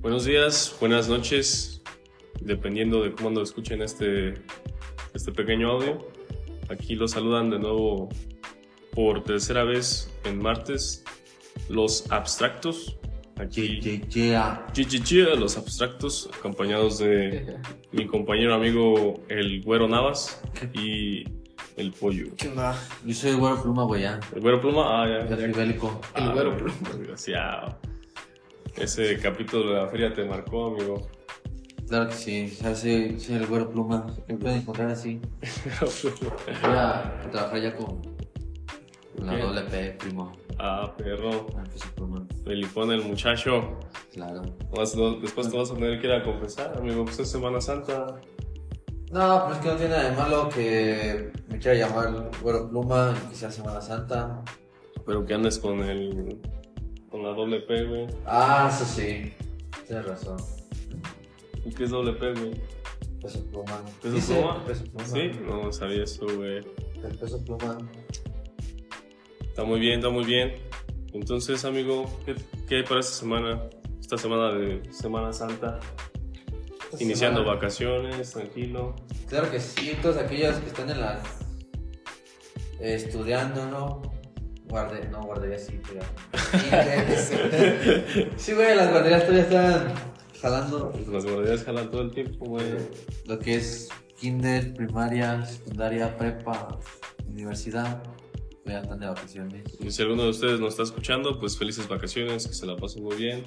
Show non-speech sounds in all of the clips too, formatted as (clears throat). Buenos días, buenas noches, dependiendo de cuándo escuchen este, este pequeño audio. Aquí los saludan de nuevo por tercera vez en martes los abstractos. Aquí Ye- ah. ye- yeah. Chi, chi, chi, a los abstractos, acompañados de mi compañero amigo el Güero Navas y el Pollo. ¿Qué onda? Yo soy el güero pluma, güey, ya. ¿El Güero Pluma? Ah, ya. ya. Ya soy bélico. Ah, El Güero güey, desgraciado. Ese capítulo de la feria te marcó, (laughs) amigo. Claro que sí, ya soy, soy el güero pluma. Me pueden encontrar así. Voy a trabajar ya con la Ok. doble P, primo. ah, perro. Ah, pues, pluma. Felipón, el muchacho. Claro. Vas- no- Después te vas a tener que ir a confesar, amigo. Pues es Semana Santa. No, pues que no tiene nada de malo que me quiera llamar güero pluma y que sea Semana Santa. Pero que andes con el. con la doble P, güey. Ah, eso sí. Tienes razón. ¿Y qué es doble P, güey? Peso pluma. ¿Peso Dice pluma? Peso pluma. Sí, no sabía eso, güey. El peso pluma. Está muy bien, está muy bien. Entonces, amigo, ¿qué, qué hay para esta semana? Esta semana de Semana Santa. Iniciando Semana. vacaciones, tranquilo. Claro que sí, todos aquellos que están en las. eh, estudiando, ¿no? Guarde, no, guardería sí, pero. sí, güey, las guarderías todavía están jalando Las guarderías jalan todo el tiempo, güey. lo que es kinder, primaria, secundaria, prepa, universidad. Todavía están de vacaciones. Y si alguno de ustedes nos está escuchando, pues felices vacaciones, que se la pasen muy bien.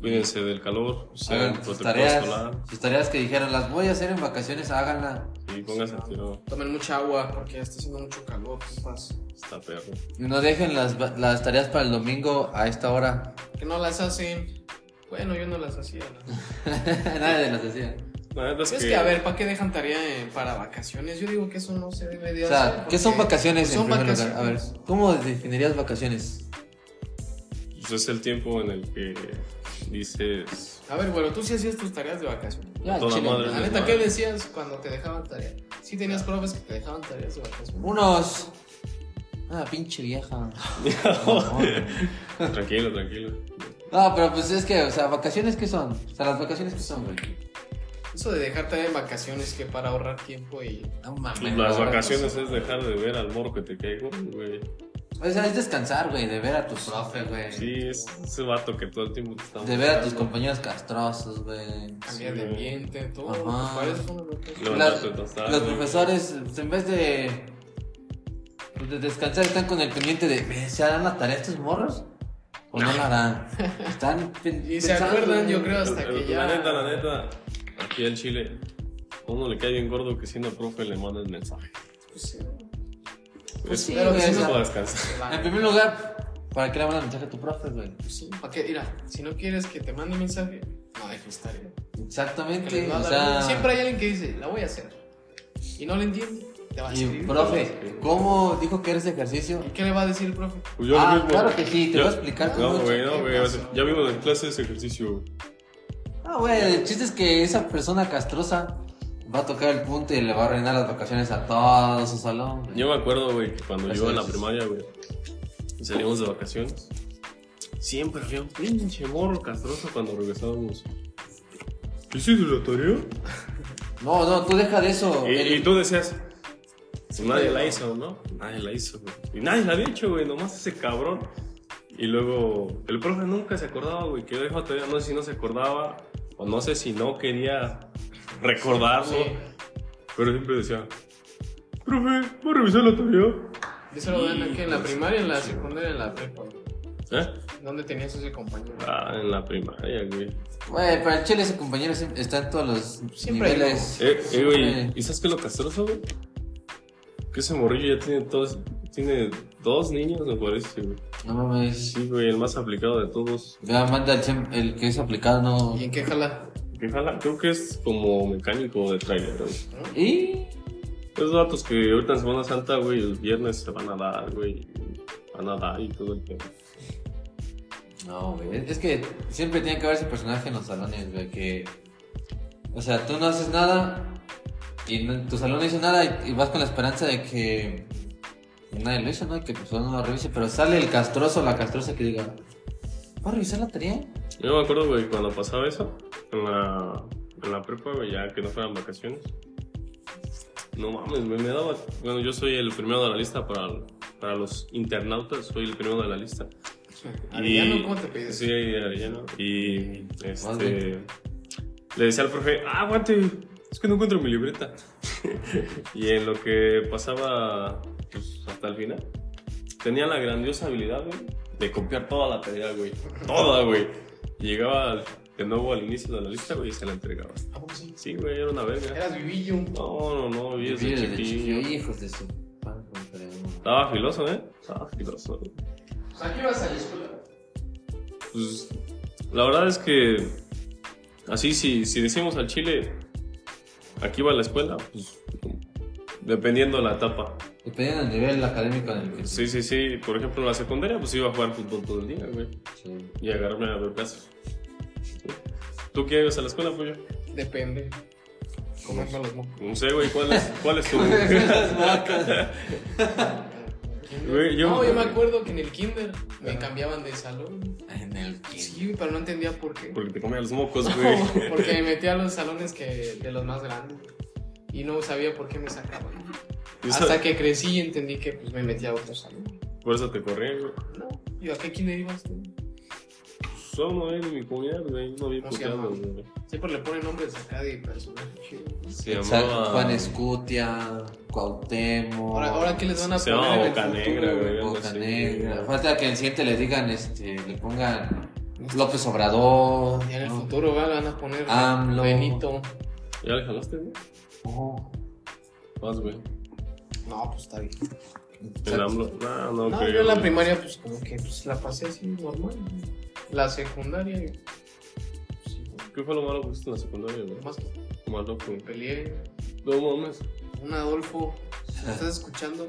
Cuídense del calor, sean Hagan sus protector tareas, escolar. sus tareas que dijeron, las voy a hacer en vacaciones, háganla. Y pónganse al tiro, Tomen mucha agua porque está haciendo mucho calor, compas. está perro. Y no dejen las, las tareas para el domingo a esta hora. (laughs) Que no las hacen. Bueno, yo no las hacía. ¿no? (laughs) Pues Nadie las decía. La neta es, Es que, a ver, ¿para qué dejan tarea en- para vacaciones? Yo digo que eso no se debe de O hacer. sea, ¿qué son porque- vacaciones pues, son en primer vacaciones. lugar? A ver, ¿cómo definirías vacaciones? pues es el tiempo en el que dices, A ver, bueno, tú sí hacías tus tareas de vacaciones. Ya, Toda chile, madre. La Pues, neta, no. ¿qué decías cuando te dejaban tarea? Sí tenías profes que te dejaban tareas de vacaciones. Unos. Ah, pinche vieja. (laughs) tranquilo, tranquilo. no, pero pues es que, o sea, ¿vacaciones qué son? O sea, las vacaciones qué son, güey. Eso de dejar tarea en vacaciones que para ahorrar tiempo y... No mames. Pues las vacaciones es dejar de ver al morro que te caigo, güey. Eh. pues, O sea, es descansar, güey, de ver a tu profe, güey. Sí, es ese vato que todo el tiempo te está De ver a tus buscando. compañeros castrosos, güey. Cambiar Sí, de güey. ambiente, todo. pues, Ajá. Para eso son las vacaciones. Lo- Las- Levantarte a tostar, los güey. profesores, pues, en vez de, pues, de descansar, están con el pendiente de, "Ve, ¿se harán la tarea estos morros? ¿O no (laughs) la harán? Están pen- Y se pensando, acuerdan, güey. yo creo, hasta que ya... La neta, la neta, aquí en Chile, a uno le cae bien gordo que siendo profe le manda el mensaje. Pues sí. Pues sí, Pero güey, si o no sea, Para descansar. Se van. En primer lugar, ¿para qué le mandan mensaje a tu profe, güey? Pues sí, ¿para qué? Mira, si no quieres que te mande mensaje, no dejes tarea. Que Exactamente, les va a o dar- sea... Siempre hay alguien que dice, la voy a hacer. Y no le entiende, te va a Y, escribir. profe, ¿cómo dijo que eres de ejercicio? ¿Y qué le va a decir el profe? Pues (laughs) yo lo Ah, mismo. claro que sí, te Yo- voy a explicar No, cómo es. güey, no, güey. ¿Qué pasó? Ya vimos en clases ejercicio. Ah, güey, el chiste es que esa persona castrosa va a tocar el punto y le va a arruinar las vacaciones a todo su salón. güey. Yo me acuerdo, güey, que cuando Eso yo en la es. primaria, güey, salíamos de vacaciones, siempre había un pinche morro castroso cuando regresábamos. ¿Hiciste la tarea? No, no, tú deja de eso. Y, El- y tú decías, nadie la hizo, ¿no? Nadie la hizo, güey. Y nadie la había hecho, güey, nomás ese cabrón. Y luego, el profe nunca se acordaba, güey, que dejó todavía, no sé si no se acordaba, o no sé si no quería recordarlo, Sí. pero siempre decía, profe, ¿va a revisar la tarea? Eso lo ven aquí en la Sí. primaria, en la secundaria, en la prepa. ¿Eh? ¿Dónde tenías ese compañero? Ah, en la primaria, güey. Güey, pero el chile, ese compañero siempre está en todos los Siempre hay niveles. Eh, eh, güey, Siempre. ¿y sabes qué es lo castroso, güey? Que ese morrillo ya tiene, dos, tiene dos niños, me parece, güey. No mames. Sí, güey, el más aplicado de todos. Ya manda el, sem- el que es aplicado, no. ¿Y en qué jala? Que jala, creo que es como mecánico de trailer, güey. Y. Esos datos que ahorita en Semana Santa, güey, el viernes se van a dar, güey. Van a dar y todo el tiempo. No, güey. Es que siempre tiene que haber ese personaje en los salones, güey. Que. O sea, tú no haces nada. Y no- tu salón no hizo nada. Y, y vas con la esperanza de que. Nadie lo hizo, ¿no? Y que tu salón no lo revise. Pero sale el castroso o la castrosa que diga. ¿Va a revisar la tarea? Yo me acuerdo, güey, cuando pasaba eso, en la, en la prepa, güey, ya que no fueran vacaciones. No mames, güey, me daba. Bueno, yo soy el primero de la lista para, para los internautas, soy el primero de la lista. Arellano, ¿cómo te pides? Sí, Arellano. Y este, bien. le decía al profe, ah, aguante, es que no encuentro mi libreta. (laughs) y en lo que pasaba pues, hasta el final, tenía la grandiosa habilidad, güey, de copiar toda la tarea, güey. Toda, güey. Y llegaba al- de nuevo al inicio de la lista, güey, y se la entregaba. ¿A poco Ah, pues sí? Sí, güey, era una verga. Eras vivillo. No, no, no, vi Vive desde desde chiquillo. chiquillo, hijos de su pan con crema. Estaba filoso, ¿eh? Estaba filoso. O sea, ¿qué ibas a la escuela? Pues, la verdad es que así si, si decimos al Chile, aquí va la escuela, pues dependiendo la etapa. Dependiendo del nivel académico en el que Sí, sí, sí. Por ejemplo, en la secundaria pues iba a jugar fútbol todo el día, güey. Sí. Y agarrarme a vergazos. ¿Tú qué ibas a la escuela, pollo? Depende. ¿Cómo van los mocos? No sé, güey, ¿cuál es, cuál es tu...? (laughs) Las vacas. Güey, yo- No, yo me acuerdo que en el kinder me cambiaban de salón. En el que. Sí, pero no entendía por qué. Porque te comían los mocos, (laughs) güey. Porque me metía a los salones que de los más grandes. Y no sabía por qué me sacaban. Y eso- Hasta que crecí y entendí que pues, me metía a otro salón. Por eso te corrí, güey. No. ¿Y a qué kinder ibas tú? Solo no vi ni mi comunidad, güey. No vi ¿Cómo se puteados, llama? güey. Siempre le ponen nombres acá de personajes. Se Exacto. llamaba- Juan Escutia, Cuauhtémoc. Ahora, ahora ¿qué les van a Se poner? llama en el Ah, Boca futuro? Negra, güey. algo Boca así. Negra. Falta que en siguiente le digan, este, le pongan López Obrador. Y en el ¿no? futuro ¿verdad? van a poner AMLO. Benito. ¿Ya le jalaste, güey? Ojo. Vas, güey. No, pues está bien. El Exacto. AMLO. No, no, No, creo, yo en la güey. primaria, pues como que pues, la pasé así normal. ¿no? La secundaria, pues, sí, ¿Qué fue lo malo que hiciste en la secundaria, güey? lo más que Lo Malo, güey. peleé. No mames. Un Adolfo, si me estás escuchando,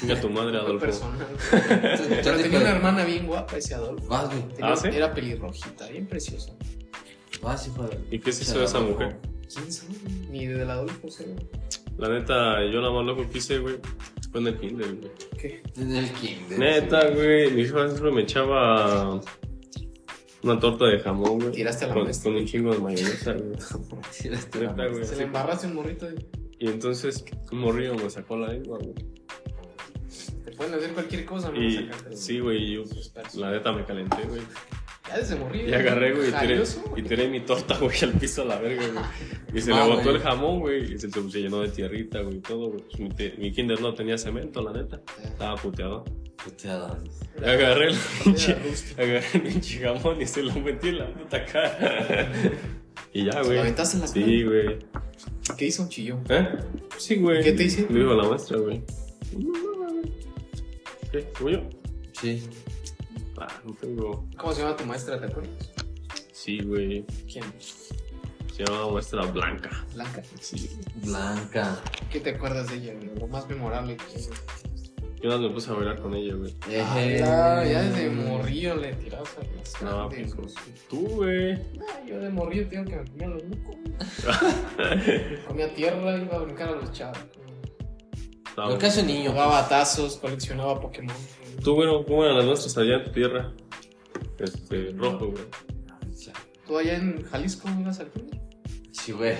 Chinga tu (laughs) madre, fue Adolfo. (laughs) personal. Entonces, ya Pero te tenía una puede- hermana bien guapa, ese Adolfo. Vas, güey. Tenía- ¿Ah, sí? Era pelirrojita, bien preciosa. Vas, hijo de- ¿Y qué se hizo de esa mujer? ¿Quién sabe? Ni del Adolfo, sé. La neta, yo lo más loco que hice, güey, fue en el kinder, güey. ¿Qué? En el kinder. Neta, güey, mi hija siempre me echaba una torta de jamón, güey. Tiraste a la con, maestra. con un chingo de mayonesa, güey. (laughs) Sí, este Neta, güey. Se le embarraste un morrito. y Y entonces un morrillo me sacó la lengua, güey. Te pueden hacer cualquier cosa, ¿no? Y Sacarte- sí, güey, y yo, la neta, me calenté, güey. Ya desde morrido. Y agarré, güey, y tiré, Jalioso. y tiré mi torta, güey, al piso a la verga, güey. Y se Ah, le botó güey. el jamón, güey, y se, se llenó de tierrita, güey, y todo, güey. Pues mi, te- mi kinder no tenía cemento, la neta. Estaba puteado. puteada. Y agarré (laughs) el (laughs) pinche, Era rústico. agarré el pinche jamón y se lo metí en la puta cara. Y ya, ¿Lo güey. aventaste en la cara? Sí, güey. ¿Qué hizo? Chilló. ¿Eh? Sí, güey. ¿Qué te hice? Me dijo la maestra, güey. No, no, no, güey. ¿Qué? ¿Cómo yo? Sí. Ah, no tengo. ¿Cómo se llama tu maestra? ¿Te acuerdas? Sí, güey. ¿Quién? Se llamaba maestra Blanca. Blanca. Sí, Blanca. ¿Qué te acuerdas de ella? güey? Lo más memorable que Yo no me puse a bailar con ella, güey. Ejé. Ah, ya desde morrillo le tirabas a las No, grandes, pues, güey. Tú, güey. Ah, Yo de morrillo tengo que me comía los (laughs) mocos. comía tierra, iba a brincar a los chavos. No, Lo que hace un niño. Jugaba a tazos, coleccionaba Pokémon. Tú, bueno, ¿cómo eran las nuestras allá en tu tierra? Este, rojo, güey. ¿Tú allá en Jalisco ibas al kinder? pues, Sí, güey.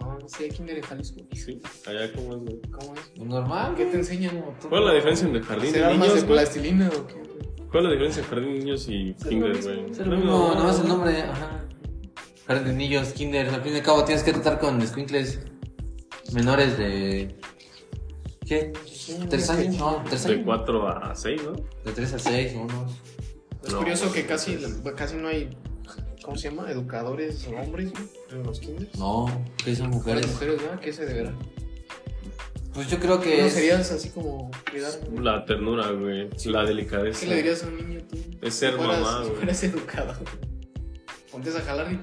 No, no sé, kinder en Jalisco. Sí, allá como es, güey. ¿Cómo es? Normal. ¿Qué te enseñan? güey? ¿Tú ¿Cuál es la diferencia entre jardín ¿Hacer de armas niños? pues. de güey? plastilina o qué? güey? ¿Cuál es la diferencia entre jardín de niños y kinder, güey? Es lo mismo, no es el nombre. Ajá. Jardín de niños, kinder. Al fin y al cabo tienes que tratar con squinkles menores de. ¿Qué? ¿Tres años? No, tres De años. 4 a 6, ¿no? De tres a seis, unos. Es No. pues, curioso que casi, pues, casi no hay, ¿cómo se llama? Educadores hombres güey, en los kinders. No, ¿qué son Las mujeres? mujeres, ¿verdad? ¿Qué se deberá? Pues yo creo que ¿No es. serías así como cuidar? güey? La ternura, güey. La delicadeza. ¿Qué le dirías a un niño tú? Es ser Si fueras- mamá, si güey. fueras educado. Pontes a jalar y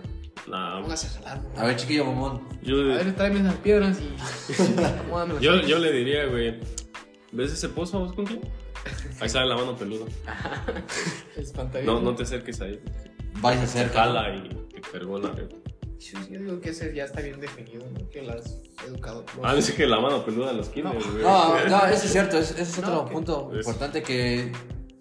La- pongas a jalar. güey. A ver, chiquillo mamón. Yo, A ver, tráeme esas (laughs) piedras y. acomódamelas. yo, yo le diría, güey. ¿Ves ese pozo, vos con quién? Ahí sale la mano peluda. Espantaviejas. No, no te acerques ahí. Vais a ser. Jala eh. y te pergola, güey. Yo yo digo que ese ya está bien definido, ¿no? Que las pues, educadoras. Ah, dice que la mano peluda en los kinders, güey. No, no, eso es cierto, es- ese es No, otro que- punto Es- importante que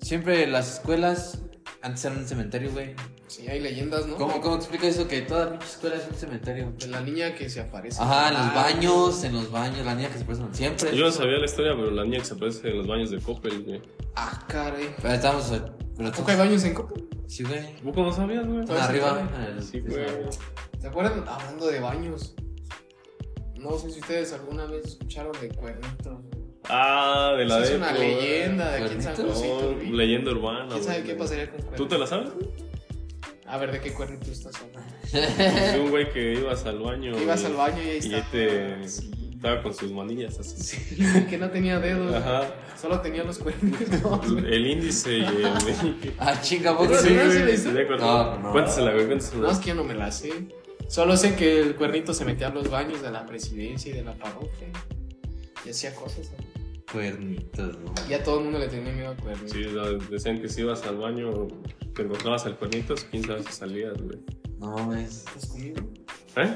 siempre las escuelas antes eran un cementerio, güey. Sí, hay leyendas, ¿no? ¿Cómo, ¿Cómo te explica eso? Que toda pinche escuela es un cementerio. De la niña que se aparece. Ajá, en los Ah, baños, en los baños, la niña que se presentan siempre. Yo no sabía la historia, pero la niña que se aparece en los baños de Coppel, güey. Ah, caray. Pero estamos. eh, Pero tú- ¿Tampoco hay baños en Coppel? Sí, güey. ¿Vos cómo sabías, güey? Todo Arriba. Sí, eh, güey. ¿Se acuerdan? Hablando de baños. No sé si ustedes alguna vez escucharon de cuernitos. Ah, de la Esa es de. una güey. leyenda de aquí en San ¿Cuernitos? José. No, Iturbide. leyenda urbana. ¿Quién sabe güey. qué pasaría con ¿Tú te cuernitos? la (laughs) sabes? A ver, ¿de qué cuernito estás hablando? De un güey que ibas al baño. Que Ibas y- al baño y ahí Y estaba. este Sí. estaba con sus manillas así. Que no tenía dedos. Ajá. Solo tenía (laughs) los cuernitos. El índice y (laughs) el. Ah, chinga, ¿por qué? Sí, güey. güey, sí. de acuerdo. No, no. Cuéntasela, güey, No, es cuéntasela. que yo no me la sé. Solo sé que el cuernito se metía a los baños de la presidencia y de la parroquia. Y hacía cosas. ¿no? Cuernitos, ¿no? Y a todo el mundo le tenía miedo al cuernito. Sí, no, decían que si ibas al baño, te encontrabas pues, al cuernitos, 15 veces salías, güey. No mames. ¿Estás comiendo? ¿Eh?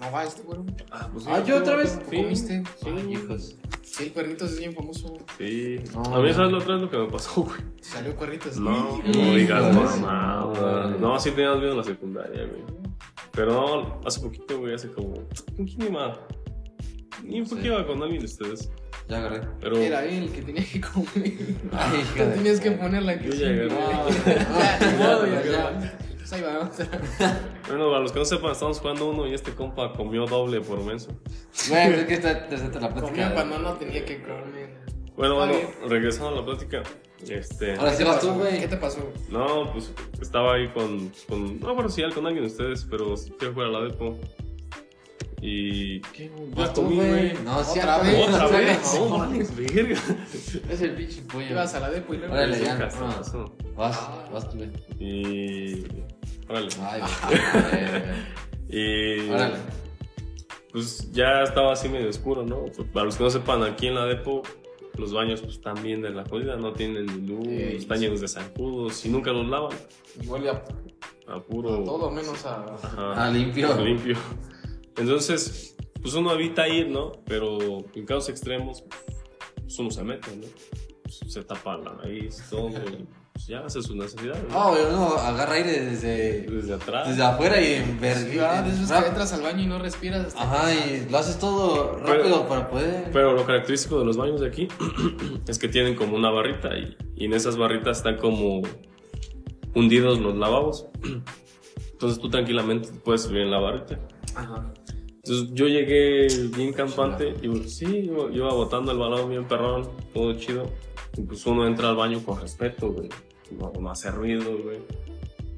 No va este güey. Ah, pues Ah, ¿yo otra vez? Sí. ¿Comiste? Sí. Ay, hijos. Sí, el cuernito es bien famoso. Sí. No, a mí, no. ¿sabes lo otra vez lo que me pasó, güey? Salió cuernito. así. No, Híjole. no digas mamada. No, sí tenías miedo en la secundaria, güey. Pero no, hace poquito, güey, hace como. ¿Con quién iba? Ni un Sí. poquito iba con alguien de ustedes. Ya agarré. Pero. Era él el que tenía que comer. Ah, Ay, hija Tú de tenías Ah, que puta. (laughs) ponerla que Yo sí, ya agarré. (laughs) güey. No, Ah, Ya, ni modo, ya, Ya. ya. Pues ahí va otra. Bueno, para los que no sepan, estamos jugando uno y este compa comió doble por menso. Güey, pero es que está interesante la Comía plática. cuando no tenía que comer. Bueno, Está bueno, regresando a la plática. Este. Ahora sí ¿Qué vas pasó? tú, güey. ¿Qué te pasó? No, pues estaba ahí con. con no, bueno, sí, con alguien de ustedes, pero fui a jugar a la depo. Y. ¿Qué? Vas Yo tú, comí, güey. güey. No, sí, Otra acá, vez, Otra Sí, vez, no. no mames, verga. (laughs) Es el pinche pollo. Ibas a la depo y luego. Órale, Es un ya, castazo. Vas, vas tú, güey. Y. Órale. (laughs) Ay, güey. Y. Ah. Órale. Pues ya estaba así medio oscuro, ¿no? Pues, Para los que no sepan, aquí en la depo. Los baños pues están bien de la jodida, no tienen ni luz, Ey, están sí. llenos de zancudos y nunca los lavan. Y Huele a A puro. todo menos a. Ajá. Ah, limpio. limpio. Entonces, pues uno evita ir, ¿no? Pero en casos extremos, pues uno se mete, ¿no? Pues se tapa la nariz, todo, y pues ya hace sus necesidades. ¿no? Ah, güey, uno agarra aire desde, Desde atrás. desde afuera y Sí, ah, de esos que enverga. entras al baño y no respiras hasta Ajá, y lo haces todo rápido Pero- para poder. Pero lo característico de los baños de aquí (clears throat) es que tienen como una barrita y, y en esas barritas están como hundidos los lavabos. (clears throat) Entonces tú tranquilamente puedes subir en la barrita. Ajá. Entonces yo llegué bien campante y pues, sí, yo yo iba botando el balón bien perrón, todo chido. Y pues uno entra al baño con respeto, güey. No, no hace ruido, güey.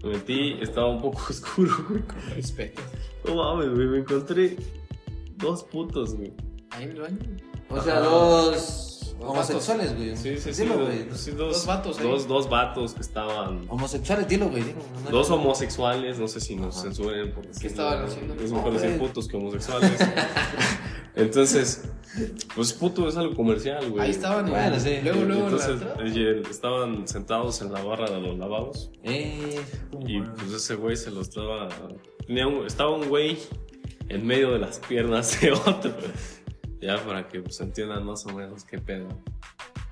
Me metí, estaba un poco (laughs) oscuro, güey. Respeto. No mames, güey, me encontré dos putos, güey. Ahí en el baño. O sea, Ajá. dos homosexuales, güey. Sí, sí, sí. Dilo, dos- güey. sí, Dos vatos ahí. Dos, dos vatos que estaban... Homosexuales, dilo, güey. dilo, no hay- Dos homosexuales, no sé si nos Ajá. censuren porque ¿Qué estaban haciendo? Es mejor Hombre. decir putos que (laughs) homosexuales. Entonces, pues puto es algo comercial, güey. Ahí estaban. ¿eh? Bueno, sí. Luego, luego. la Entonces, entrada. eh, estaban sentados en la barra de los lavados Eh, y pues ese güey se los estaba... tenía un- estaba un güey en medio de las piernas de otro. Ya para que pues entiendan más o menos qué pedo.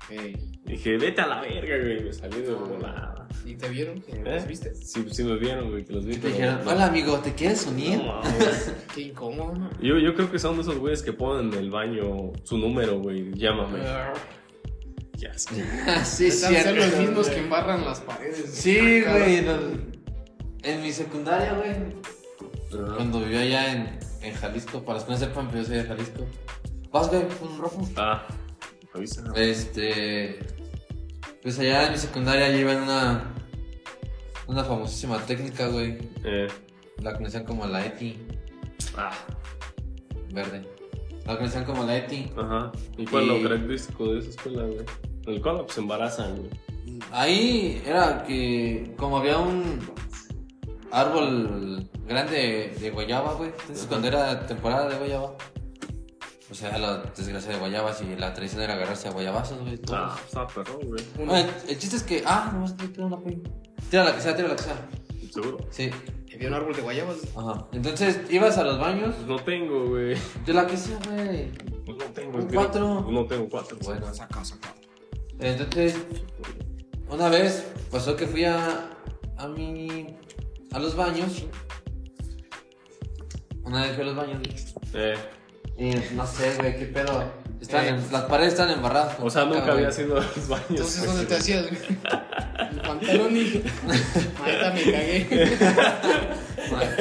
Ey, Dije, vete a la verga, güey. Me salí de volada. ¿Y te vieron? ¿Que ¿Eh? ¿Los viste? Sí, sí me vieron, güey, que los vi. te pero- dijeron, no, hola amigo, ¿te quieres unir? no mames. Qué incómodo, ¿no? (laughs) Yo, yo creo que son de esos güeyes que ponen en el baño su número, güey. Llámame. Qué asco. (laughs) sí, Están ser los cierto, mismos güey. que embarran las paredes. Sí, Claro. güey. no- En mi secundaria, güey. Cuando vivía allá en, en Jalisco, para los que no sepan, pero yo soy de Jalisco. Vas, güey, con un rojo. Ah, avisa. Este. Pues allá en mi secundaria llevan una. Una famosísima técnica, güey. Eh, La conocían como la ETI ah, verde. La conocían como la E ETI. ajá. ¿Y cuál es Y- lo característico de esa escuela, güey? En el cual pues embarazan, güey. Ahí era que. Como había un. Árbol grande de guayaba, güey. Entonces, Ajá. cuando era temporada de guayaba. O sea, la desgracia de guayabas y la tradición era agarrarse a guayabazos, güey. todos. Ah, está perro, güey. Uno. Bueno, el, el chiste es que. Ah, no vas a tirar una pollo. Tira la que sea, tira la que sea. Seguro. Sí, Y vi un árbol de guayabas. ajá. Entonces ibas a los baños. Pues no tengo, güey. De la que sea, güey. Pues no tengo. Un es que no- cuatro. pues no tengo cuatro. güey. Bueno, Saca, saca. entonces. Una vez pasó que fui a. A mi. a los baños. Una vez fui a los baños. Eh, Y no sé, güey, qué pedo. Están Eh. en- las paredes están embarradas. con o sea, nunca caca, había güey. sido a los baños. Entonces, pues. ¿dónde te hacías, güey? El pantalón y. Ahorita me cagué.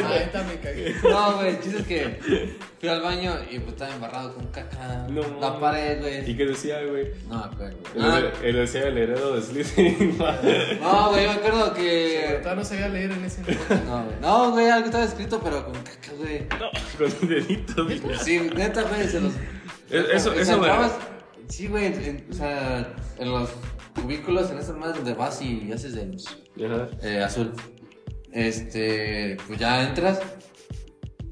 Ahorita me cagué. No, güey, el chiste es que fui al baño y pues estaba embarrado con caca. No, la mames. pared, ¿Y güey. qué decía, güey? No me acuerdo. güey. Él, Ah, él decía el heredero de Slytherin. (laughs) No, güey, yo me acuerdo Sobre que. todo no sabía leer en ese momento. No, güey, no, güey, algo estaba escrito, pero con caca, güey. no, con un dedito. güey. Sí, neta, güey, se los. Es- eso- o sea, eso me- entrabas- Sí, güey, en- o sea, en los cubículos, en esas madres donde vas y haces el Ajá. eh, azul. Este, pues ya entras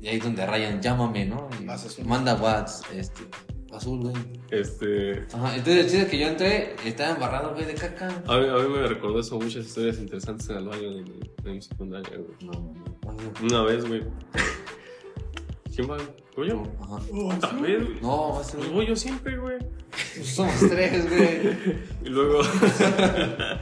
y ahí es donde rayan, llámame, ¿no? Y Vas azul. manda whats, este, azul, güey. Este. Ajá, entonces el chiste es que yo entré y estaba embarrado, güey, de caca. A mí, a mí me recordó eso muchas historias interesantes en el baño de mi, de mi secundaria, güey. No, no, Una vez, güey. ¿Quién va? ¿Voy yo? no, ajá. También, güey. No, va a ser Pues un... voy yo siempre, güey. (laughs) Somos tres, güey. Y luego, (laughs)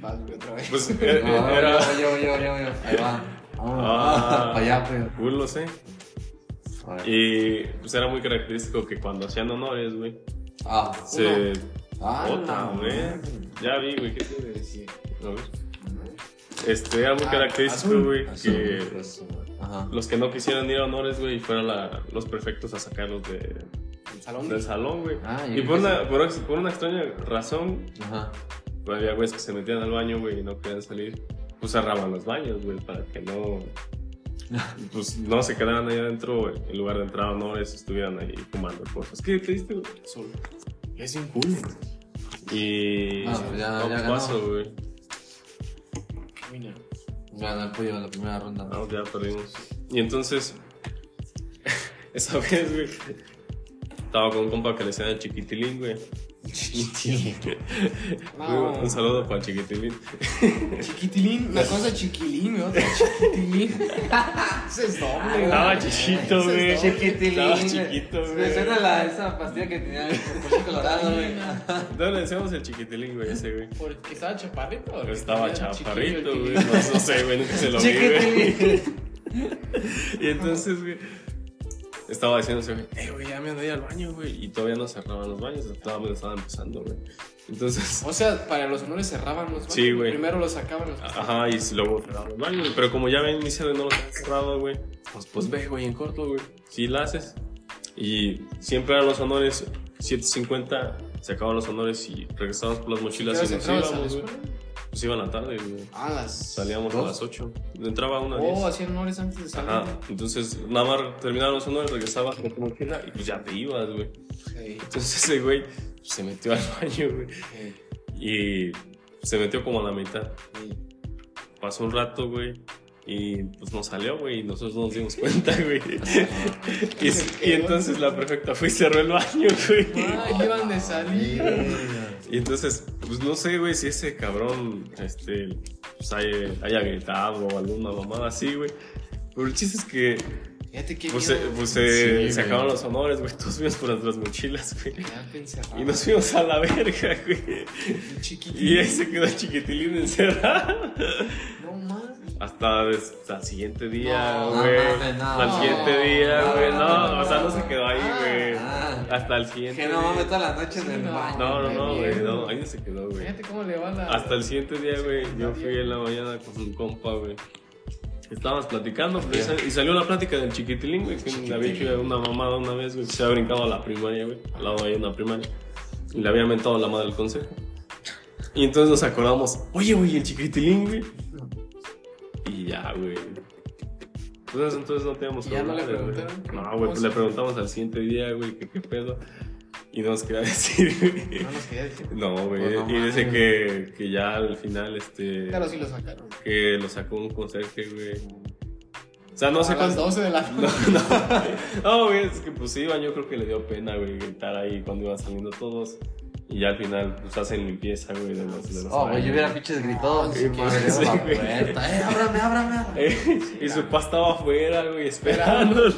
Vas, güey, otra vez. pues, No, e- e- Yo, era. Ah, yo, yo, yo, yo. Ahí va. Vámonos. Ah. Para allá, güey. Uy, lo sé. A ver. Y pues era muy característico que cuando hacían honores, güey, Ah, se. uno. Ah, Otra, la güey. madre. Ya vi, güey, ¿qué te Sí. A ver. Este, era muy Ah, característico, azul. güey, Azul, que pues, güey. Ajá. los que no quisieran ir a honores, güey, fueran la- los perfectos a sacarlos de, El salón. del salón, güey. Ah, y yo por creo una, por, ex- por una extraña razón, pues, Ajá. había güeyes que se metían al baño, güey, y no querían salir. Pues cerraban los baños, güey, para que no. (laughs) Pues no se quedaran ahí adentro, güey, en lugar de entrar a honores, estuvieran ahí fumando cosas. ¿Qué te diste, güey? Azul. Es un culo. Y. Ah, pues ya- no, ya ganó. paso, güey. Mira. Ganó el pollo en la primera ronda. No, Ah, ya perdimos. Y entonces, (laughs) esa vez, güey, estaba con un compa que le decían el chiquitilín, güey. Chiquitín. No. Un saludo para el chiquitilín. Chiquitilín. Una cosa es chiquilín, otra es chiquitilín. (laughs) Ese es doble, güey. Estaba chiquito, Ese güey. es doble. Chiquitilín. Estaba chiquito, Me güey. suena la, esa pastilla que tenía el pollo colorado, güey. No le decíamos el chiquitilín, güey, ese, güey. Porque estaba chaparrito. Pero porque Estaba tenía chiquillo chaparrito, el güey. No, tilín. no sé, güey, nunca (laughs) se lo vi, güey. Chiquitilín. Y entonces, güey, estaba diciéndose, güey, eh, güey, ya me andé al baño, güey. Y todavía no cerraban los baños, estaba, estaba empezando, güey. Entonces, O sea, para los honores cerraban los baños. Sí, güey. Primero los sacaban los Ajá, y si luego cerraron los baños, güey. Pero como ya ven, mis no los han cerrado, güey. Pues, pues ve, güey, en corto, güey. Sí, la haces. Y siempre eran los honores, 7.50, se acababan los honores y regresábamos por las mochilas ¿Qué y nos horas entrabas a la íbamos, güey. escuela? Pues iban a la tarde, güey. Ah, las. Salíamos ¿Dos? a las 8. Entraba a una a Oh, 10. hacían honores antes de salir. Ajá, entonces nada más terminaban los honores, regresabas con tu mochila y pues ya te ibas, güey. Sí, Entonces ese güey se metió al (laughs) baño, güey. sí, Y se metió como a la mitad. sí. Pasó un rato, güey. Y pues no salió, güey. Y nosotros no nos dimos cuenta, (laughs) güey. y, y entonces la prefecta fue y cerró el baño, güey. (laughs) Ay, iban de salir. Y entonces, pues no sé, güey, si ese cabrón este, pues, haya, haya gritado o alguna mamada así, güey. Pero el chiste es que Fíjate qué pues, se, miedo. pues, se- Sí, se güey. acabaron los honores, güey. Todos fuimos por nuestras mochilas, güey. Quedarte encerrado. Y nos fuimos a la verga, güey. Un chiquitín. Y ahí se quedó el chiquitilín encerrado. No mames. Hasta, hasta el siguiente día, No, Ah, güey. Ah, no mames, no. Hasta el siguiente día, No, güey. no, No, no, o sea, no se no. quedó ahí, güey. Ah. Hasta el siguiente. Que no día. mames todas las noches en el Sí, no. baño. No, no, no, güey. mierda. No, ahí no se quedó, güey. Fíjate cómo le va la. Hasta el siguiente día, güey. Yo fui en la mañana con un compa, güey. Estábamos platicando pero sal- y salió la plática del chiquitilín, güey, que le había hecho una mamada una vez, güey, que se había brincado a la primaria, güey, al lado de una primaria, y le había mentado la madre del consejo. Y entonces nos acordamos, oye, güey, el chiquitilín, güey. Y ya, güey. Entonces, entonces no teníamos ¿Y ya no le problemas, güey. preguntaron? No, güey, pues le preguntamos al siguiente día, güey, que qué pedo. Y no nos queda (laughs) decir, güey. No nos quería decir. No, güey. Pues no y dice mames. que, que ya al final, este. Claro, sí lo sacaron. Que lo sacó un conserje, güey. O sea, no a sé las cuánto. 12 de la (laughs) No, no. No, güey, es que pues iban, yo creo que le dio pena, güey, gritar ahí cuando iban saliendo todos. Y ya al final, pues hacen limpieza, güey, de los. De los Oh, güey, yo hubiera baños. pinches gritones. Sí, que abrió sí, la güey. puerta. Eh, ábrame, ábrame, ábrame. Eh, (laughs) y su pa estaba afuera, güey, esperándolo.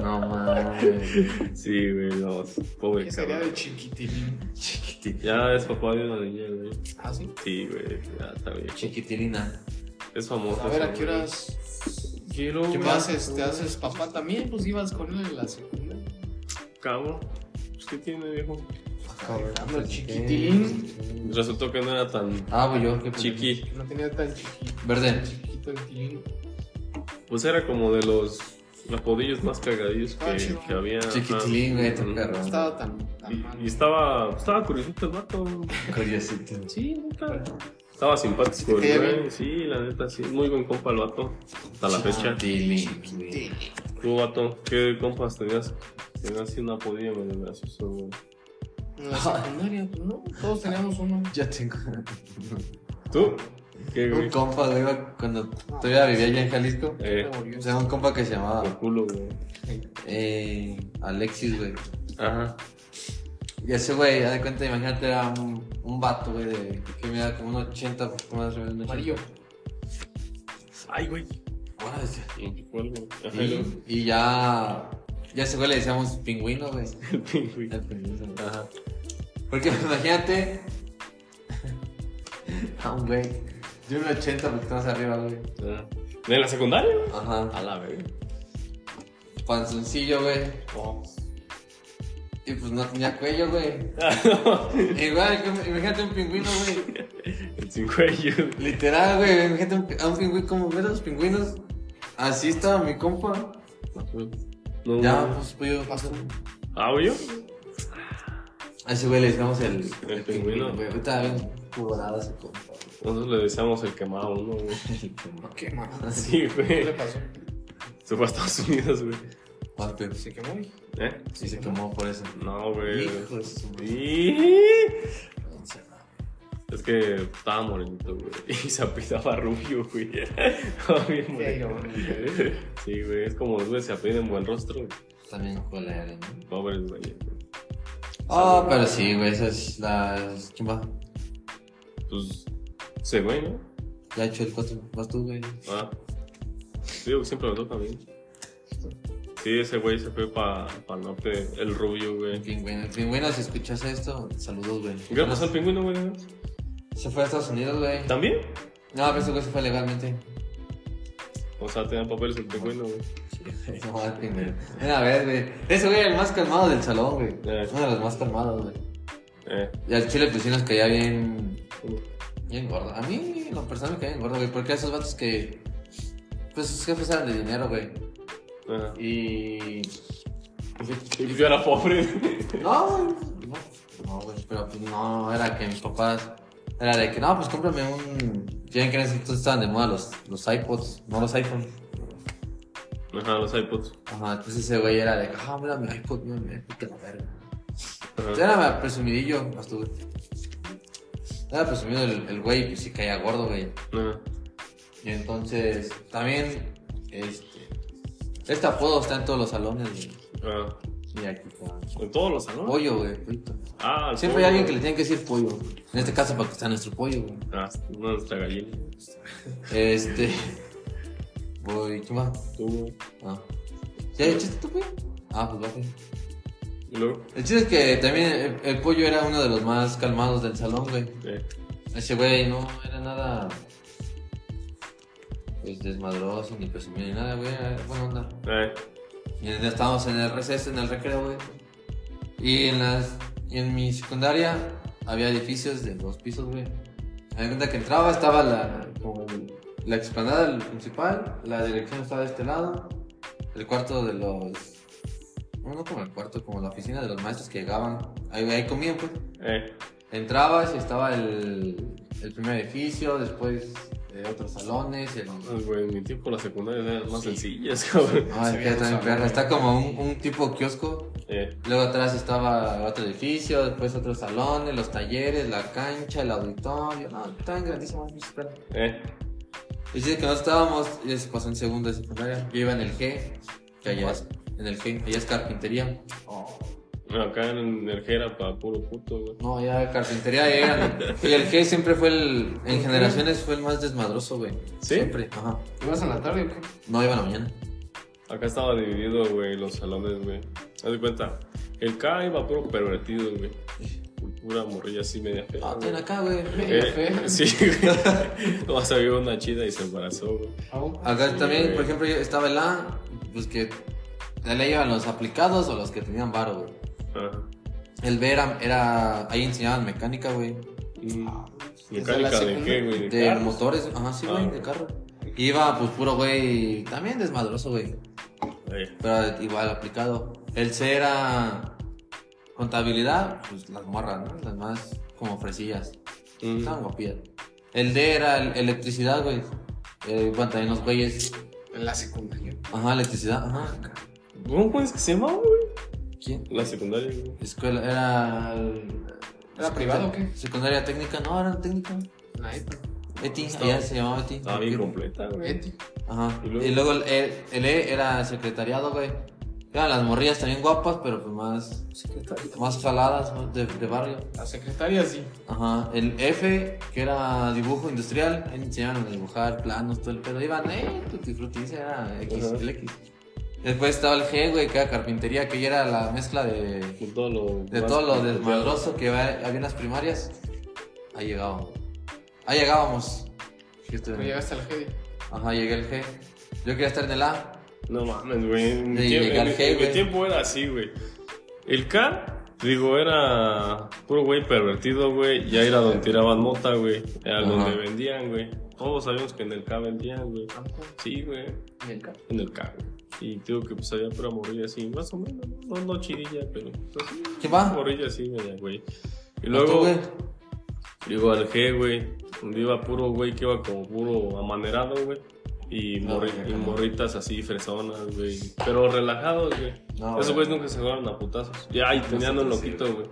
No mames. Sí, güey, no, pobre ¿Qué sería de cabrón. chiquitín? Ya es papá de una niña, güey. Ah, sí. Sí, güey, ya está bien. Chiquitilina. Es famoso. A ver, ¿a ese qué güey. horas Quiero te una- haces, te haces papá también? Pues ibas con él en la secundaria. Cabo. Pues, ¿Qué tiene, viejo? Alejandro, chiquitín. Resultó que no era tan Pues, Ah, voy yo, qué pena. chiqui. No tenía tan chiquito, Verde. chiquito el tilín. Pues era como de los apodillos más cagadillos que, Ah, chido. que había. ajá. Chiquitilín, güey, tu Ujú. No perro. estaba tan, tan mal. Y, este. y estaba, estaba curiosito el vato. Curiosito. Sí, nunca. Estaba simpático Sí, el güey. bien. Sí, la neta, sí. Muy buen compa el vato. Hasta la fecha. Chiquitilín, güey. Sí. Tú, vato, ¿qué compas tenías? Tenías así un apodillo medio gracioso, güey. En la secundaria, pues no, todos teníamos uno. Yo tengo ¿Tú? ¿Qué, un güey? compa, güey, iba- cuando todavía vivía allá en Jalisco. Eh, O sea, un compa que se por llamaba culo, güey. eh, Alexis, güey. Ajá. Y ese güey, haz de cuenta, imagínate, era un, un vato, güey, de, que me da como un 80, poco más o menos. un 80. Amarillo. Ay, güey. Ahora decía. ¿Y cuál, güey? Ajá, y luego- Y, y ya. Ya a ese güey le decíamos pingüino, güey. El pingüino. El pingüino, güey. Ajá. Porque pues, imagínate. A un güey. De un 80, porque más arriba, güey. ajá. ¿De Ah. la secundaria? Ajá. la verga. (laughs) Panzoncillo, güey. Y pues no tenía cuello, güey. Igual, como- imagínate un pingüino, güey. El sin cuello. Literal, güey. Imagínate un pi- a un pingüino, como ves a los pingüinos. Así estaba mi compa. No, Ya, no. pues pues yo paso. ¿Ah, güey? A ese güey le decíamos el, El pingüino. güey. Ahorita bien colorado ese compa. güey. Nosotros le decíamos el quemado, ¿no, güey? No quema. (laughs) Ah, Sí, ¿Qué le güey. pasó? Se fue a Estados Unidos, güey. Papi, Se quemó. güey. ¿Eh? sí se quemó por eso. No, güey. Hijo de su Y- pinche madre. Es que estaba morenito, güey. (laughs) Y se apidaba rubio, güey. (laughs) Estaba bien moreno. Sí, güey. Es como los güeyes se apiden buen rostro. güey. También colera, ¿no? Pobres, güey. ¿eh? Ah, pero sí, güey, esa es la. ¿Quién va? Pues, ese güey, ¿no? Ya he hecho el 4. Vas tú, güey. Ah. Digo que siempre me toca a mí. Sí, ese güey se fue para el norte, el rubio, güey. El pingüino. El pingüino, si escuchas esto, saludos, güey. ¿Qué le pasó al pues, pingüino, güey? Se fue a Estados Unidos, güey. ¿También? No, pero ese güey se fue legalmente. O sea, tenían papeles el pingüino, güey. No, el pingüino. Una vez, güey. Ese güey era el más calmado del salón, güey. Eh. Uno de los más calmados, güey. Eh. Y al chile, pues sí nos caía bien. Bien gordo. A mí, en lo personal, me caía bien gordo, güey. Porque esos vatos que. Pues sus jefes eran de dinero, güey. Ajá. Y. pues, Y yo era pobre. No, no, no, güey, pero pues no, era que mis papás, era de que, no, pues cómprame un, ya en que en ese entonces estaban de moda los, los iPods, no los iPhones. Ajá, los iPods. Ajá, entonces ese güey era de que, ah, mira mi iPod, mira mi iPod, que la verga. Ajá. Entonces era presumidillo, más tú, güey. Era presumido el, el güey, pues sí caía gordo, güey. Ajá. Y entonces, también, este, este apodo está en todos los salones, güey. Ah. Y aquí, como, En todos los salones. pollo, güey, pollito. Ah, el Siempre hay pollo. alguien que le tiene que decir pollo. En este caso, porque está nuestro pollo, güey. Ah, una de nuestra gallina. Este. (laughs) Voy, ¿qué más? Tú, güey. Ah. ¿Ya el chiste tú, güey? Ah, pues va, güey. Y luego. El chiste es que también el, el pollo era uno de los más calmados del salón, güey. Eh. Ese güey no era nada. Pues desmadroso, ni presumido, ni nada, güey. Era buena onda. Eh. Y en- estábamos en el receso, en el recreo, güey. Y en las. Y en mi secundaria había edificios de dos pisos, güey. A la cuenta que entraba estaba la. como la explanada del principal, la dirección estaba de este lado, el cuarto de los. Bueno, no como el cuarto, como la oficina de los maestros que llegaban. Ahí, ahí comían, pues. Eh. Entrabas y estaba el, el primer edificio, después eh, otros salones, el, Ah, güey, en mi tiempo las secundarias eran más sencillas, (laughs) cabrón. Ah, es que también perro. Está como un, un tipo kiosco. Eh. Luego atrás estaba otro edificio, después otros salones, los talleres, la cancha, el auditorio. No, estaban grandísimos mis perros. Eh. Y dice que no estábamos, y eso pasó en segunda de secundaria. Yo iba en el G, que allá es, en el G, allá es carpintería. Oh. No, acá en el Jera para puro puto, güey. No, allá carpintería era. Y el G siempre fue el, en generaciones fue el más desmadroso, güey. ¿Sí? Siempre, ajá. ¿Ibas en la tarde o qué? No iba a la mañana. Acá estaba dividido, güey, los salones, güey. Haz de cuenta. El K iba puro pervertido, güey. pura morrilla así media fea. No, güey. Eh, ten Ah, acá, güey. media fea. (laughs) sí, güey. (laughs) Nomás había una chida y se embarazó, güey. Acá Sí, también, güey. por ejemplo, yo- estaba el A, pues que el A iban los aplicados o los que tenían varo, güey. Ajá. El B era, era- ahí enseñaban mecánica, güey. Mm. Desde ¿Mecánica la de qué, secundaria. güey? De carros? motores, ajá, sí, Ah. güey, de carro. Iba, pues, puro güey, también desmadroso, güey. Eh, Pero igual aplicado. El C era contabilidad, pues las morras, ¿no? Las más como fresillas. mm. Estaban guapillas. El D era el- electricidad, güey. Eh, bueno, también los güeyes. En la secundaria. Ajá, electricidad, ajá. ¿Cómo es que se llama, güey? ¿Quién? La secundaria, güey. Escuela, era. el- ¿Era privado o qué? Secundaria técnica, no, era técnica. La ETA. Eti, Ah, Estaba- allá se llamaba Eti. Estaba bien completa, güey. ETA. Ajá. ¿Y Y luego? luego, el, el- el E era secretariado, güey. Eran las morrillas también guapas, pero pues más. Secretaria. Más jaladas, más de, de barrio. La secretaria sí. Ajá. El F, que era dibujo industrial. Ahí enseñaban a dibujar planos, todo el pedo. Iban, eh, tutti frutti, ese era X, Ajá. el X. Después estaba el G, güey, que era carpintería, que ya era la mezcla de De todo lo. De más- todo lo desmadroso que va- había en las primarias, ahí llegábamos. Ahí llegábamos. Yo estuve en- Pero llegaste al GD. Ajá, llegué al G. Yo quería estar en el A. No mames, güey. En mi Sí, tiempo- llegué al en mi- G, en mi güey. tiempo era así, güey. El K, digo, era puro güey pervertido, güey. Ya era donde tiraban mota, güey. Era Ajá. donde vendían, güey. Todos sabíamos que en el K vendían, güey. Sí, güey. Y el (laughs) carro. En el K, güey. Y digo que pues había pura morrilla así, más o menos. No, no chidilla, pero. pues, sí, ¿Quién va? morrilla así, media, güey. Y ¿O luego. tú, güey? Digo, al G, güey. Donde iba puro, güey, que iba como puro amanerado, güey. Y, No, morri- güey, y no. morritas así, fresonas, güey. Pero relajados, güey. No, Esos güey. güeyes nunca se jugaron a putazos. Ya, y tenían un Nosotros sí, loquito, güey.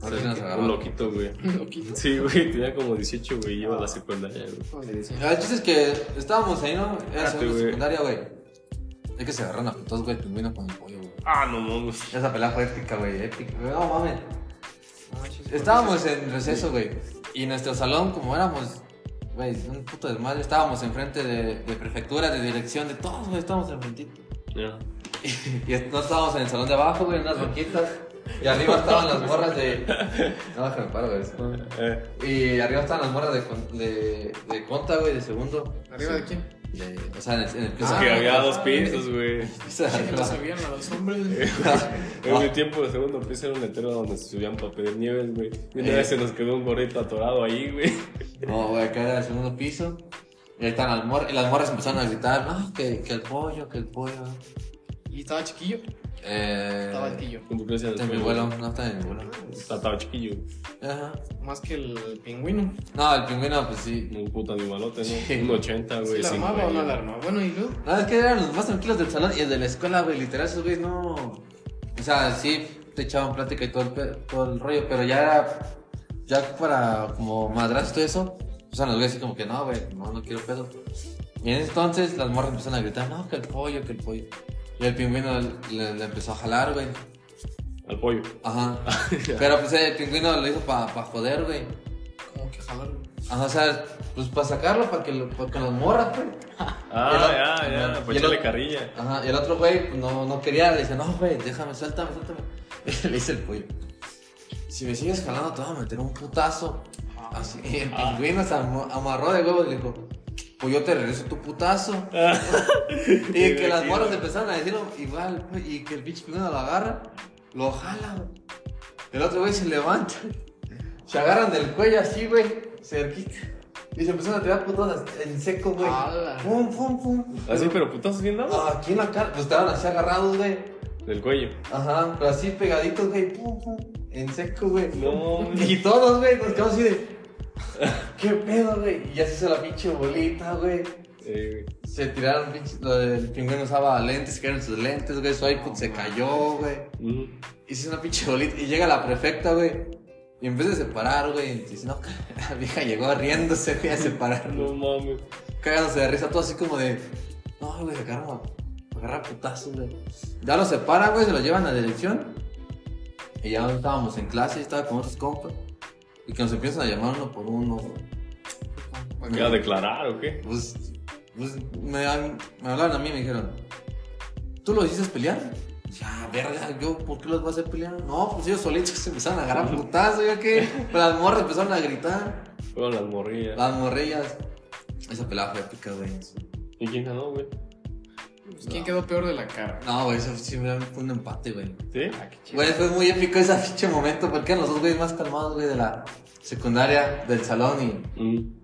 Ahora sí nos Un agarramos. loquito, güey. (laughs) Loquito. Sí, güey, tenía como 18, güey, y iba a Ah. la secundaria, güey. ¿Cómo le decían? El chiste es que estábamos ahí, ¿no? Era Espérate, segunda güey. secundaria, güey. Es que se agarran a putos, güey, pingüino con el pollo, güey. Ah, no mames. Esa pelea fue épica, güey, épica. güey. No mames. No, chis, Estábamos en receso, güey. Y en nuestro salón, como éramos, güey, un puto desmadre, estábamos enfrente de, de prefectura, de dirección, de todos, güey, estábamos enfrentito. Ya. Y est- no estábamos en el salón de abajo, güey, en unas banquitas. Y arriba estaban las morras de. No, déjame paro, güey. Eh, Y arriba estaban las morras de, con- de, de conta, güey, de segundo. ¿Arriba de quién? De- o sea, en el, en el es (laughs) piso. que Ah, había ya dos sabes. pisos, güey. piso de Sí, arriba. lo sabían a los hombres. En mi tiempo, el segundo piso era un letrero donde se subían para pedir nieves, güey. Y una Eh. vez se nos quedó un gorrito atorado ahí, güey. (laughs) (laughs) No, güey, acá era el segundo piso. Y ahí estaban las morras. Y las morras empezaron a gritar, no, que, que el pollo, que el pollo. Y estaba chiquillo. Eh, Estaba altillo. Con tu clase Está en mi vuelo, no está en mi vuelo. Estaba chiquillo. Ajá. Más que el pingüino. No, el pingüino, pues sí. Un puto animalote, Sí. ¿no? Un 80, güey. Ah, ¿Sí la sin armaba o no cuello. la armaba? Bueno, y luego. No, es que eran los más tranquilos del salón y el de la escuela, güey, literal, esos güeyes no. O sea, sí te echaban plática y todo el, pe- todo el rollo, pero ya era. Ya para como madrazo y todo eso, o sea, los güeyes así como que no, güey, no, no quiero pedo. Y en ese entonces las morras empezaron a gritar, no, que el pollo, que el pollo. Y el pingüino le, le empezó a jalar, güey. Al pollo. Ajá. Pero pues el pingüino lo hizo para joder, güey. Como que jalaron. Ajá, o sea, pues para sacarlo, para que, lo, pa' que los morras, pues. güey. Ah, Y el- ya, ya. Pues y el- echarle carrilla. Ajá, y el otro güey pues, no, no quería, le dice, no, güey, déjame, suéltame, (laughs) suéltame. le hice el pollo. Si me sigues jalando, te voy a meter un putazo. Así, y el pingüino se ama- amarró de huevo y le dijo, pues yo te regreso tu putazo. y Me que las imagino. morras empezaron a decirlo igual, güey, y que el pinche pingüino lo agarra, lo jala, güey. El otro güey se levanta, se agarran del cuello así, güey, cerquita. Y se empezaron a tirar putazos en seco, güey. Ala. Pum, pum, pum. Así, Ah, pero putazos bien dados. Ah, aquí en la cara, pues estaban así agarrados, güey. Del cuello. Ajá, pero así pegaditos, güey. Pum, pum, en seco, güey. No, Y todos, güey, nos quedamos así de. ¿Qué pedo, güey? Y ya se hizo la pinche bolita, güey. (laughs) Eh, Se tiraron, pinche. lo del pingüino usaba lentes, se quedaron sus lentes, güey. Su iPod se cayó, güey. mm. Y se hizo una pinche bolita. Y llega la prefecta, güey. Y en vez de separar, güey, dice, no, (laughs) la vieja llegó riéndose, güey, a No separarlo mames. cagándose de risa, todo así como de. No, güey, se agarra, agarra putazos, güey. Ya lo separan, güey, se lo llevan a la dirección. Y ya estábamos en clase, estaba con otros compas. Y que nos empiezan a llamar uno por uno, güey. Como- ¿Qué a declarar o qué? Pues, pues me, han- me hablaron a mí y me dijeron: ¿Tú lo hiciste pelear? Ya, verga, yo, ¿por qué los vas a hacer pelear? No, pues ellos solitos se empezaron a agarrar putazo, ¿yo qué? Las morras empezaron a gritar. Fueron las morrillas. Las morrillas. Esa pelada fue épica, güey. ¿Y quién ganó, güey? Pues, ¿Quién quedó peor de la cara? No, güey, eso sí me fue un empate, güey. ¿Sí? Ah, qué chido. Güey, fue muy épico ese pinche momento, porque eran los dos güeyes más calmados, güey, de la secundaria, del salón y. Mm.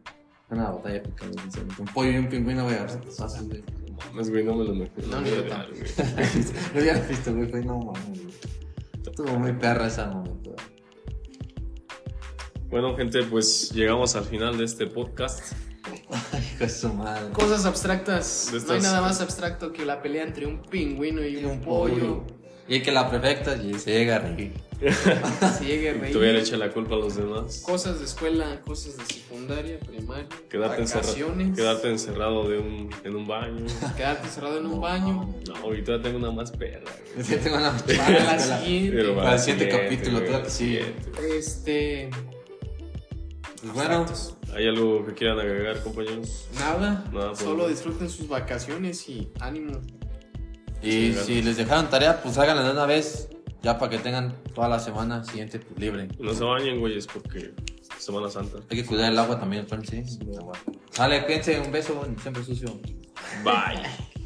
Fue una batalla épica, güey. sinceramente. Un pollo y un pingüino, güey, a ver si fácil, güey. (laughs) Más güey, no me lo imagino. No, ni yo tampoco. güey. Lo había visto, güey, fue no mames, güey. Estuvo muy perra ese momento, güey. Bueno, gente, pues llegamos al final de este podcast. Hijo de su madre. Cosas abstractas. De No hay estas- nada más abstracto que la pelea entre un pingüino y, Y un, pollo. Y que la prefecta y se llega a reír. (laughs) Se llegue a Te hubiera reír. hecho la culpa a los demás. Cosas de escuela, cosas de secundaria, primaria. Quedarte, encerra- vacaciones, quedarte encerrado de un, en un baño. quedarte encerrado en un baño. No, ahorita tengo una más perra. güey. (laughs) Yo (laughs) tengo una Para Ah, la para la- siguiente. Pero Para el siguiente capítulo, güey, claro que sí. siguiente. Este. Pues Bueno, ¿Hay algo que quieran agregar, compañeros? Nada. Nada, pues, solo no. disfruten sus vacaciones y ánimo. y Sí, si les dejaron tarea, pues háganla de una vez. Ya para que tengan toda la semana siguiente pues, libre. No se bañen, güeyes, porque Semana Santa. Hay que cuidar el agua también, entonces. Sale, cuídense, un beso, siempre sucio. Bye.